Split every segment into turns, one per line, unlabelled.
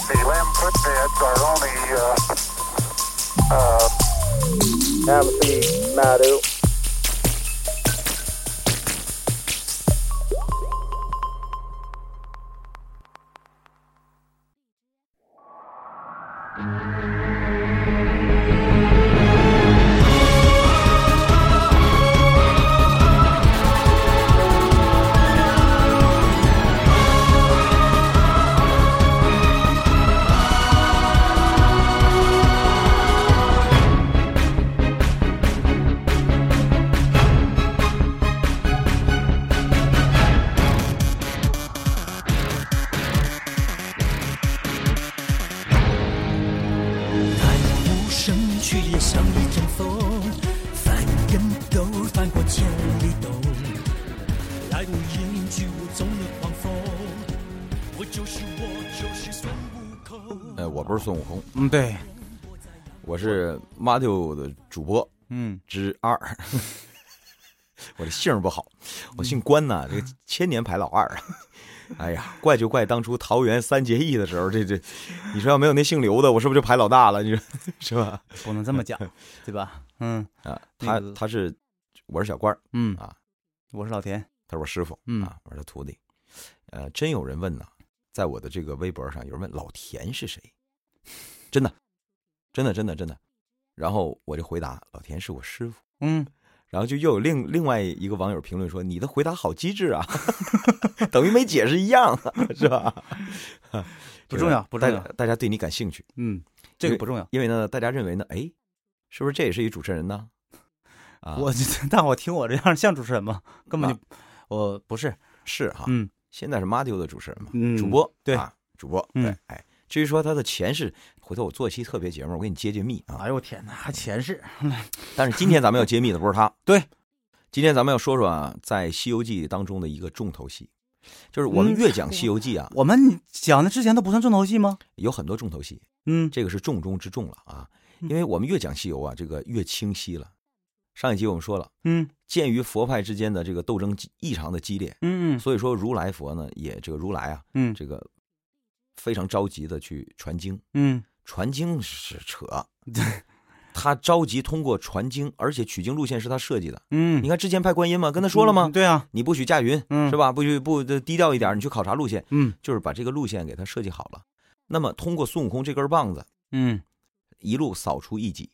input bits are only uh, uh, Amity Madu.
太阳无声，却也像一阵风，翻跟斗，翻过千里洞。来无影，去无踪的狂风，我就是我，就是孙悟空。
呃，我不是孙悟空，
嗯，对，
我是 Mario 的主播
嗯，
之二。 我这姓儿不好，我姓关呐，这个千年排老二 啊。哎呀，怪就怪当初桃园三结义的时候，这这，你说要没有那姓刘的，我是不是就排老大了？你说 是吧？
不能 这么讲，对吧？嗯
啊，他
那个
他是我是小官儿，
嗯
啊，
我是老田，
他是我师傅，
嗯
啊，我是他徒弟。呃，真有人问呢，在我的这个微博上，有人问老田是谁， 真的，真的，真的，真的。然后我就回答老田是我师傅，
嗯，
然后就又有另另外一个网友评论说你的回答好机智啊， 等于没解释一样，啊是吧？
不重要，不重
大
要
家，大家对你感兴趣，
嗯，这个不重要。
因为呢，大家认为呢，哎，是不是这也是一主持人呢？啊，
我觉得 但我听我这样像主持人吗？根本就，我不是，
是哈，
嗯
现在是 Madio 的主持人嘛，
嗯
主播
对
啊，主播
嗯
对，哎，至于说他的前世，回头我做一期特别节目，我给你揭揭秘啊。
哎呦我天哪，还前世，啊
但是今天咱们要揭秘的不是他，
对，
今天咱们要说说啊，在《西游记》当中的一个重头戏，就是我们
嗯
越讲 《西游记》啊，
我们讲的之前都不算重头戏吗？
有很多重头戏，
嗯，
这个是重中之重了啊，
嗯
因为我们越讲西游啊，这个越清晰了。上一集我们说了，
嗯
鉴于佛派之间的这个斗争异常的激烈，
嗯嗯
所以说如来佛呢，也这个如来啊，
嗯
这个非常着急的去传经，
嗯，
传经是扯， 他着急通过传经，而且取经路线是他设计的。
嗯，
你看之前派观音嘛，跟他说了吗？
对啊，
你不许驾云，
嗯
是吧？不许不低调一点，你去考察路线，
嗯
就是把这个路线给他设计好了。那么通过孙悟空这根棒子，
嗯，
一路扫除异己，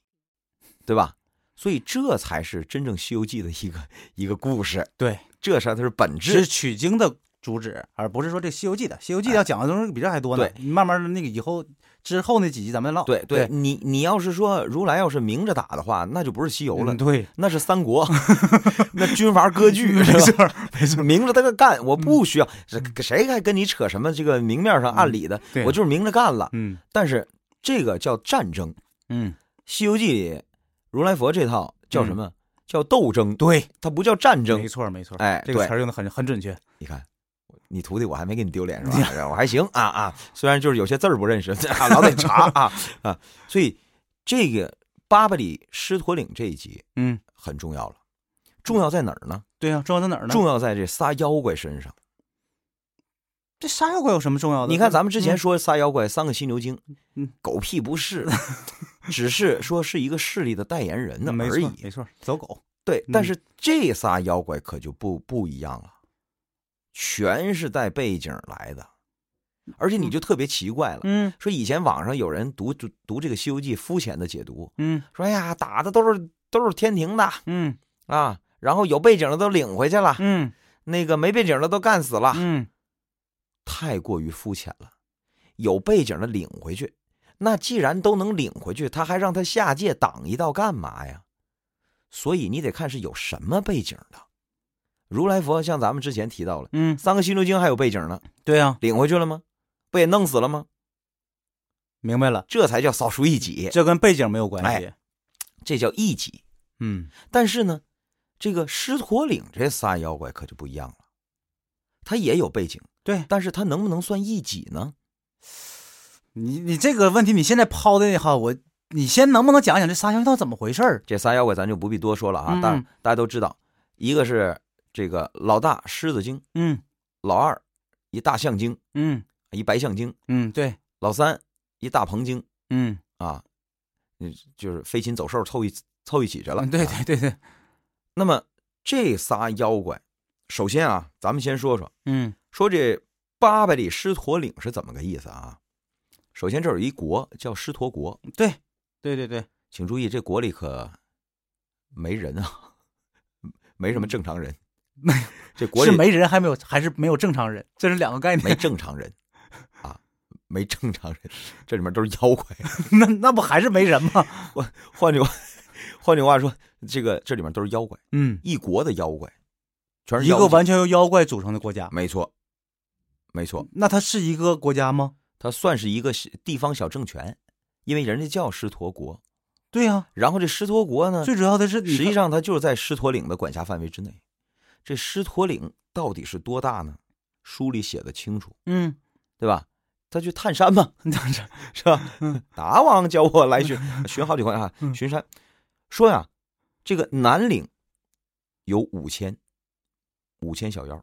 对吧？所以这才是真正《西游记》的一个 一个故事，
对，
这才是本质
是。取经的主旨，而不是说这《西游记》的。《西游记》要讲的东西比这还多呢。
对
你慢慢的那个以后之后那几集咱们唠。
对
对，
你你要是说如来要是明着打的话，那就不是西游了，
嗯对，
那是三国， 那军阀割据，是吧？
没错，
明着他个干，我
嗯
不需要，这谁还跟你扯什么这个明面上暗里的？
嗯对
我就是明着干了。
嗯
但是这个叫战争，《
嗯，
西游记》里如来佛这套叫什么？叫斗争，
对，
它不叫战争
没。错没错，
哎，
这个
对
词儿用的很很准确。
你看，你徒弟我还没给你丢脸
嗯
是吧？我还行啊啊，虽然就是有些字儿不 认识，啊老得 查啊啊。所以这个八百里狮驼岭这一集
嗯，
很重要了，重要在哪儿呢？
对啊，重要在哪儿呢？
重要在这仨妖怪身上。
这杀妖怪有什么重要的？
你看咱们之前说仨妖怪，三个犀牛精
嗯，
狗屁不是， 只是说是一个势力的代言人
嗯
呢
没
而
错没
已。
错，走狗。
对
嗯，
但是这仨妖怪可就不不一样了，全是带背景来的，而且你就特别奇怪了。
嗯
说以前网上有人读读读这个《西游记》，肤浅的解读，
嗯
说哎呀，打的都是都是天庭的
嗯
啊，然后有背景的都领回去了，
嗯
那个没背景的都干死了。
嗯，
太过于肤浅了。有背景的领回去，那既然都能领回去，他还让他下界挡一道干嘛呀？所以你得看是有什么背景的。如来佛像咱们之前提到了，
嗯，
三个西牛精还有背景呢，
对啊，
领回去了吗？不也弄死了吗？
明白了，
这才叫扫除异己，
这跟背景没有关系。
这叫异己。
嗯
但是呢，这个狮驼岭这仨妖怪可就不一样了，他也有背景，
对
但是他能不能算异己呢？
你你这个问题你现在抛的哈，我你先能不能讲讲这仨妖怪到底怎么回事儿？
这仨妖怪咱就不必多说了啊，
嗯
大大家都知道，一个是这个老大狮子精，
嗯
老二一大象精，
嗯
一白象精，
嗯，对，
老三一大棚经
嗯
啊，你就是飞禽走兽凑一凑一起去了。
嗯，对
啊
对对对，
那么这仨妖怪，首先啊，咱们先说说
嗯
说这八百里狮驼岭是怎么个意思啊？首先，这有一国叫狮驼国，
对对对对，
请注意，这国里可没人啊， 没什么正常人，
嗯 没
这国里
是没人还没有还是没有正常人，这是两个概
没
念。
正常人啊，没正常人，这里面都是妖 怪。
那那不还是没人吗？
换句话，换句话说，这个这里面都是妖怪，
嗯，
一国的妖怪，全是
一
妖
个
精啊
完全由妖怪组成的国家，
没错，没错，
那它是一个国家吗？
它算是一个小地方小政权，因为人家叫狮驼国。
对呀、
然后这狮驼国呢，
最主要的是你
实际
看
上它就是在狮驼岭的管辖范围之内。这狮驼岭到底是多大呢？书里写的清楚，
嗯，
对吧？他去探山嘛，是吧？达王教我来 寻寻好几回啊，
嗯
巡山。说呀，这个南岭有五千，五千小妖；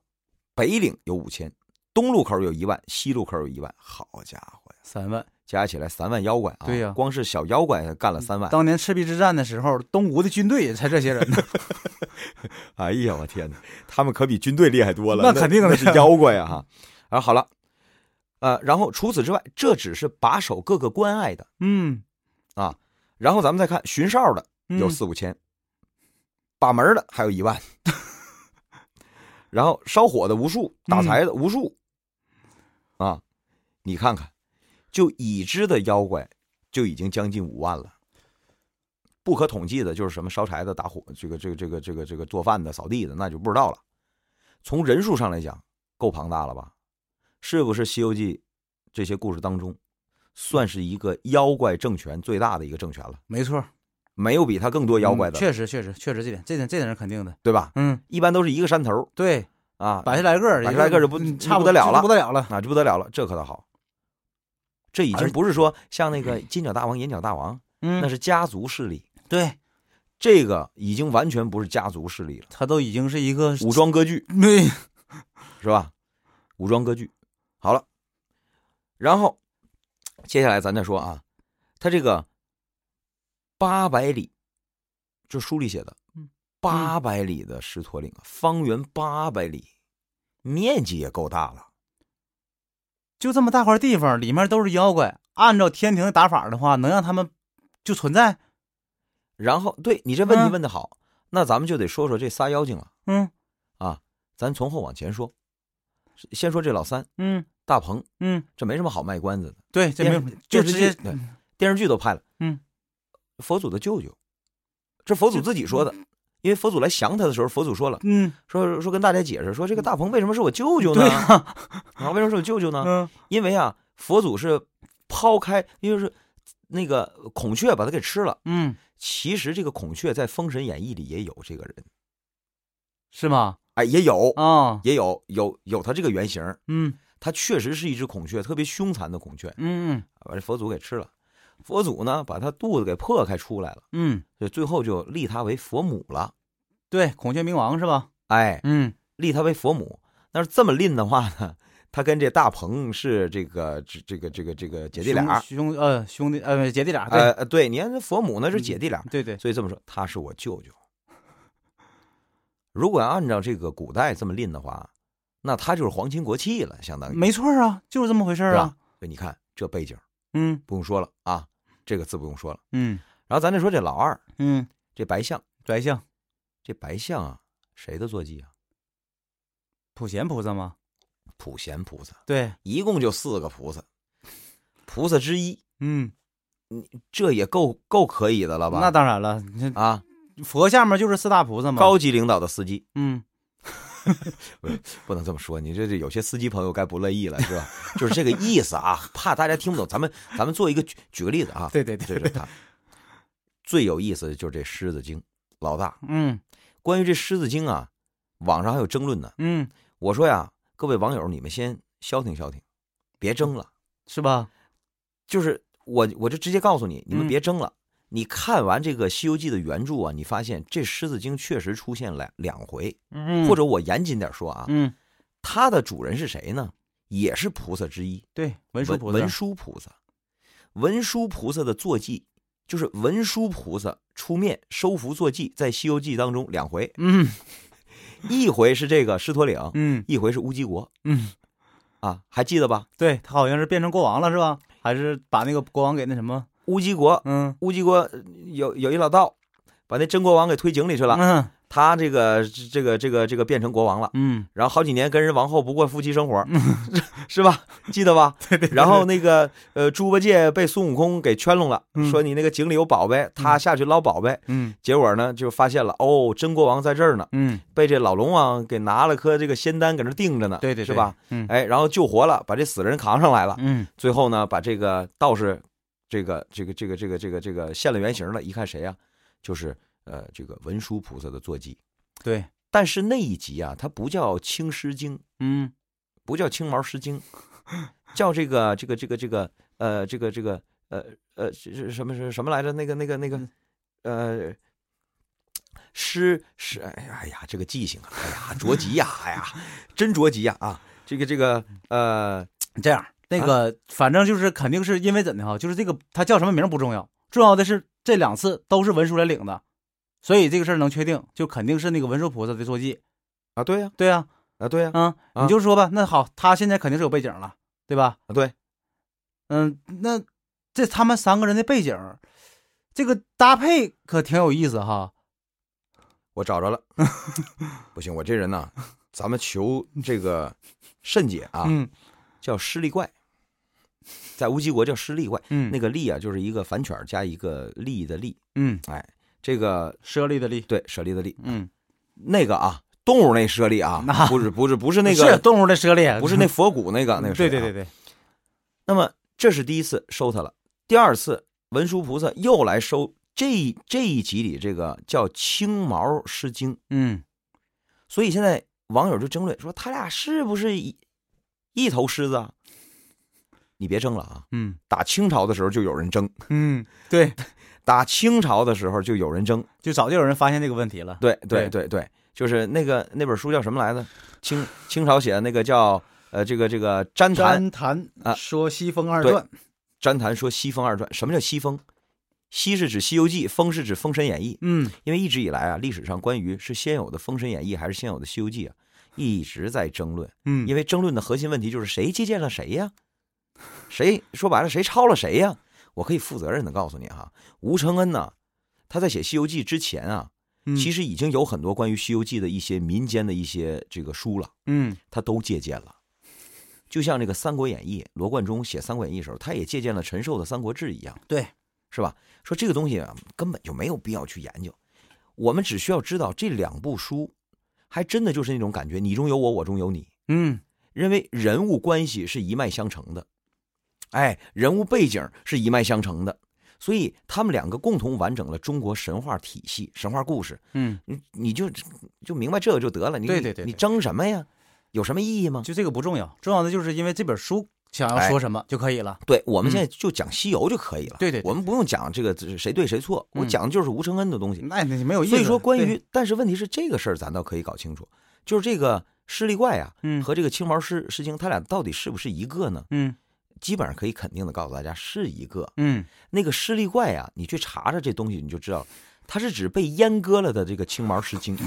北岭有五千，东路口有一万，西路口有一万。好家伙呀，
三万。
加起来三万妖怪啊！
对呀嗯
光是小妖怪干了三万。
当年赤壁之战的时候，东吴的军队也才这些人 呢。
哎呀，我天哪，他们可比军队厉害多了。
那
那
肯定的
那是妖怪啊！哈，啊，好了，呃，然后除此之外，这只是把守各个关隘的。
嗯，
然后咱们再看巡哨的
嗯
有四五千，把门的还有一万，然后烧火的无数，打柴的无数，啊，你看看，就已知的妖怪就已经将近五万了。不可统计的就是什么烧柴的、打火、这个、这个、这个、这个、这个做饭的、扫地的，那就不知道了。从人数上来讲，够庞大了吧？是不是《西游记》这些故事当中，算是一个妖怪政权最大的一个政权了？
没错，
没有比他更多妖怪
嗯
的，
确实确实确实这点这点这点是肯定的。
对吧？
嗯，
一般都是一个山头
对，
啊，
百十来个儿，
百十来个儿就不
嗯
就
差
不得了
就
了
不得了了。
啊，这不得了了，这可倒好。这已经
而
不是说像那个金角大王、银角大王，
嗯，
那是家族势力，
对，
这个已经完全不是家族势力了，
他都已经是一个
武装割据
对，
是吧？武装割据，好了，然后接下来咱再说啊，他这个八百里，这书里写的
嗯，
八百里的狮驼岭啊，方圆八百里，面积也够大了。
就这么大块地方，里面都是妖怪。按照天庭的打法的话，能让他们就存在。
然后对你这问题
嗯
问的好，那咱们就得说说这仨妖精了。啊
嗯
咱从后往前说，先说这老三
嗯
大鹏，
嗯，
这没什么好卖关子的，
对，这没有
电视
就
电视
直接
剧对电视剧都拍了。
嗯，
佛祖的舅舅，这佛祖自己说的，因为佛祖来降他的时候，佛祖说了，
嗯
说说跟大家解释说，这个大鹏为什么是我舅舅呢
对？呀，
啊，为什么是我舅舅呢？
嗯
因为啊，佛祖是抛开，因为是那个孔雀把他给吃了。
嗯，
其实这个孔雀在《封神演义》里也有这个人，
是吗？
哎，也有
啊，
也有有有它这个原型儿，
嗯
它确实是一只孔雀，特别凶残的孔雀，
嗯
把这佛祖给吃了。佛祖呢，把它肚子给破开出来了，
嗯嗯，
所以最后就立它为佛母了。
对，孔雀明王是吧？
哎，
嗯，
立它为佛母。但是这么吝的话呢，它跟这大鹏是这个这这个这个这个姐弟俩。
兄兄呃兄弟呃姐弟俩，对、嗯
呃，呃对，你看这佛母呢是姐弟俩，
对对，
所以这么说，他是我舅舅。如果按照这个古代这么吝的话，那他就是皇亲国戚了，相当于
没错啊，就是这么回事儿
是
啊
吧。所以你看这背景。
嗯
不用说了啊，这个字不用说了。
嗯
然后咱再说这老二，
嗯，
这白象，
宰相
这白象啊，谁的坐骑啊？
普贤菩萨嘛，
普贤菩萨，
对，
一共就四个菩萨，菩萨之一，
嗯，
这也够够可以的了吧？
那当然了，你看
啊，
佛下面就是四大菩萨嘛，
高级领导的司机
嗯
不能这么说，你这这有些司机朋友该不乐意 了，是吧？就是这个意思啊，怕大家听不懂，咱们咱们做一个举举个例子啊，
对对对
这是他最有意思的就是这狮子精老大。
嗯
关于这狮子精啊，网上还有争论呢。
嗯
我说呀，各位网友，你们先消停消停，别争了。
是吧？
就是我，我就直接告诉你，你们
嗯
别争了。你看完这个《西游记》的原著啊，你发现这狮子精确实出现了两回，
嗯
或者我严谨点说啊，
嗯
它的主人是谁呢？也是菩萨之一，
对文
文
殊
文殊菩
菩萨
萨。文殊菩萨的坐骑，就是文殊菩萨出面收服坐骑，在《西游记》当中两回，
嗯
一回是这个狮驼岭，
嗯
一回是乌鸡国
嗯，
啊，还记得吧？
对他好像是变成国王了是吧？还是把那个国王给那什么？
乌鸡国，
嗯
乌鸡国呃有有一老道，把那真国王给推井里去了，
嗯
他这个这个这个这个变成国王了。
嗯，
然后好几年跟人王后不过夫妻生活， 是吧？记得吧？然后那个呃，猪八戒被孙悟空给圈拢了，
嗯
说你那个井里有宝贝，他下去捞宝贝。
嗯
结果呢，就发现了哦，真国王在这儿呢，
嗯，
被这老龙王给拿了颗这个仙丹搁那定着呢，
对对
啊是吧？？
对嗯
哎，然后救活了，把这死人扛上来了。
嗯
最后呢，把这个道士，这个这个这个这个这个这个现了原形了。一看谁呀、就是呃这个文殊菩萨的坐骑。
对，
但是那一集啊，它不叫《青狮经》，
嗯
不叫青毛狮精，叫这个这个这个这个呃这个这个呃呃是是什么是什么来着？那个那个那个呃狮狮哎呀哎呀，这个记性啊，哎呀着急呀、哎呀真着急呀啊这个这个呃
这样，那个、反正就是肯定是因为怎的哈，就是这个他叫什么名儿不重要，重要的是这两次都是文殊来领的，所以这个事儿能确定，就肯定是那个文殊菩萨的坐骑。
啊对呀
对啊，
啊对呀
嗯，
啊
你就说吧，那好，他现在肯定是有背景了，对吧？
啊对，
嗯，那这他们三个人的背景，这个搭配可挺有意思哈。
我找着了， 不行，我这人呐，咱们求这个慎解啊，
嗯
叫狮力怪，在乌鸡国叫狮力怪，
嗯，
那个力啊就是一个反犬儿加一个力的力。
嗯，
这个
猞猁的猁，
对舍利的利，
嗯，
那个啊，动物那舍利啊，
那
不是不是不是那
是
个，
动物的猞猁，
不 是那佛骨那个那个舍
对
利啊
对对。对，
那么这是第一次收他了，第二次文殊菩萨又来收这这一集里这个叫青毛狮精，
嗯
所以现在网友就争论说他俩是不是一一头狮子啊？你别争了啊！
嗯
打清朝的时候就有人争，
嗯，对，
打清朝的时候就有人争，
就早就有人发现这个问题了。
对对对对，就是那个那本书叫什么来着？清清朝写的那个叫呃，这个这个《詹谈》，《
詹谈
啊
说西风二
对
传，
詹谈》说西风二传，什么叫西风？西是指《西游记》，风是指《封神演义》。
嗯
因为一直以来啊，历史上关于是先有的《封神演义》还是先有的《西游记》啊，一直在争论。
嗯，
因
为
为争论的核心问题就是谁借鉴了谁呀？谁说白了谁抄了谁呀？我可以负责任的告诉你哈，吴承恩呢，他在写《西游记》之前啊，其
实
实已经有很多关于《西游记》的一些民间的一些这个书了，
嗯
他都借鉴了。就像这个《三国演义》，罗贯中写《三国演义》的时候，他也借鉴了陈寿的《三国志》一样，
对，
是吧？说这个东西啊，根本就没有必要去研究，我们只需要知道这两部书，还真的就是那种感觉，你中有我，我中有你，
嗯
认为人物关系是一脉相承的，哎，人物背景是一脉相承的，所以他们两个共同完整了中国神话体系、神话故事。
嗯，
你你就就明白这个就得了，你
对对对
你
对
争什么呀？有什么意义吗？
就这个不重要，重要的就是因为这本书想要说什么就可以了。
对，我们
嗯
现在就讲西游就可以了。
对对对
我们不用讲这个这谁对谁错，我
嗯
讲的就是吴承恩的东西。
那那没有意思。
所以说，关
对
于但是问题是这个事儿，咱倒可以搞清楚，就是这个狮力怪啊
嗯
和这个青毛狮狮精，他俩到底是不是一个呢？
嗯
基本上可以肯定的告诉大家是一个。
嗯
那个狮力怪啊，你去查查这东西，你就知道了，它是指被阉割了的这个青毛狮精，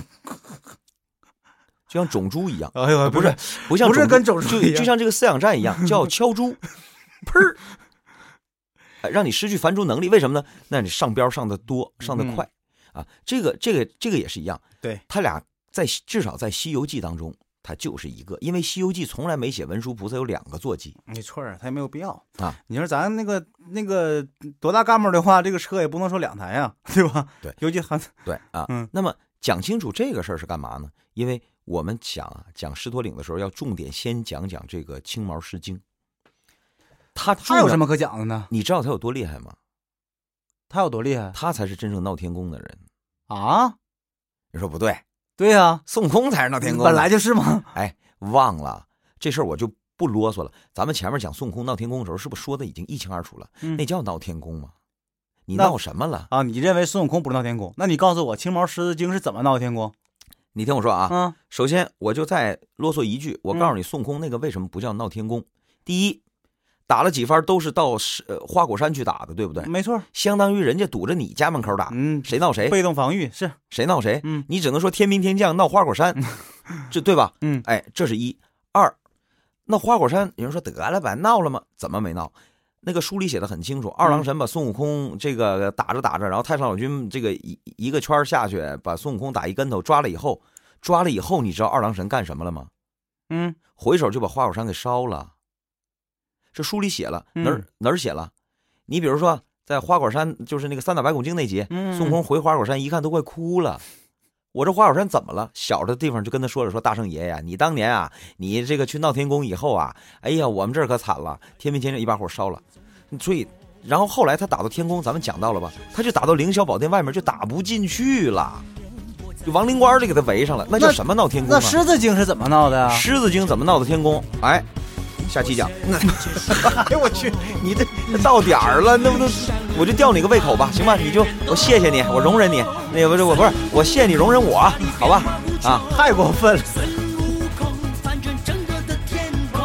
就像种猪一样。
哎呦，
不是不像
不是
种
跟
猪
种
就
猪一样
就像这个饲养站一 样，叫敲猪，砰儿，哎让你失去繁殖能力。为什么呢？那你上标上的多，上的快、啊。这个这个这个也是一样，
嗯对，
他俩在至少在《西游记》当中，它就是一个，因为《西游记》从来没写文殊菩萨有两个坐骑，
没错儿，他也没有必要
啊。
你说咱那个那个多大干部的话，这个车也不能说两台呀、对吧？
对
尤其还
对啊。
嗯
那么讲清楚这个事儿是干嘛呢？因为我们讲啊讲狮驼岭的时候，要重点先讲讲这个青毛狮精，他
他有什
么？
么可讲的呢？
你知道他有多厉害吗？
他有多厉害
他才是真正闹天宫的人。
啊？
你说不对，
对呀、
孙悟空才是闹天宫的。
嗯本来就是嘛。
忘了这事儿，我就不啰嗦了。咱们前面讲孙悟空闹天宫的时候，是不是说的已经一清二楚了？
嗯
那叫闹天宫吗？你
那
闹什么了？
啊，你认为孙悟空不是闹天宫？那你告诉我，青毛狮子精是怎么闹的天宫？
你听我说啊，
啊，
首先我就再啰嗦一句，我告诉你，孙悟空那个为什么不叫闹天宫？第一，打了几番都是到是呃花果山去打的，对不对？
没错，
相当于人家堵着你家门口打，
嗯，
谁闹谁，
被动防御是，
谁闹谁，
嗯，
你只能说天兵天将闹花果 山，这对吧？
嗯，
哎，这是一二。那花果山有人说得了呗，闹了吗？怎么没闹？那个书里写的很清楚，二
嗯
郎神把孙悟空这个打着打着，然后太上老君这个一一个圈下去，把孙悟空打一跟头，抓了以后，抓了以后，你知道二郎神干什么了吗？
嗯，
回手就把花果山给烧了。这书里写了哪儿、
嗯
哪儿写了？你比如说，在花果山，就是那个三打白骨精那集，
嗯
孙悟空回花果山一看都快哭了。我这花果山怎么了？小的地方就跟他说了，说大圣爷爷，你当年啊，你这个去闹天宫以后啊，哎呀，我们这儿可惨了，天兵天将一把火烧了。所以，然后后来他打到天宫，咱们讲到了吧？他就打到凌霄宝殿外面就打不进去了，就亡灵官就给他围上了，那叫
那
什么闹天宫
那
啊？
狮子精是怎么闹的啊？
狮子精怎么闹的天宫？哎，下期讲。 哎呦我去，你这 到点儿了，那不都我就吊你个胃口吧，行吧？你就我谢谢你，我容忍你，那个不是我不是我谢谢你容忍我，好吧？啊，
太过分了。
孙悟空翻转整个的天空，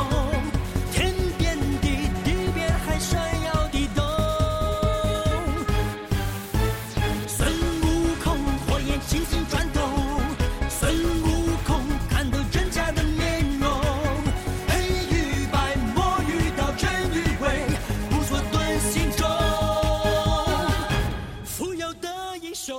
天变地，地变海，山摇地动。孙悟空火眼金睛转动，孙悟空看透人家的面容，黑与白，墨与刀，真与伪，不错顿心中，富有的英雄。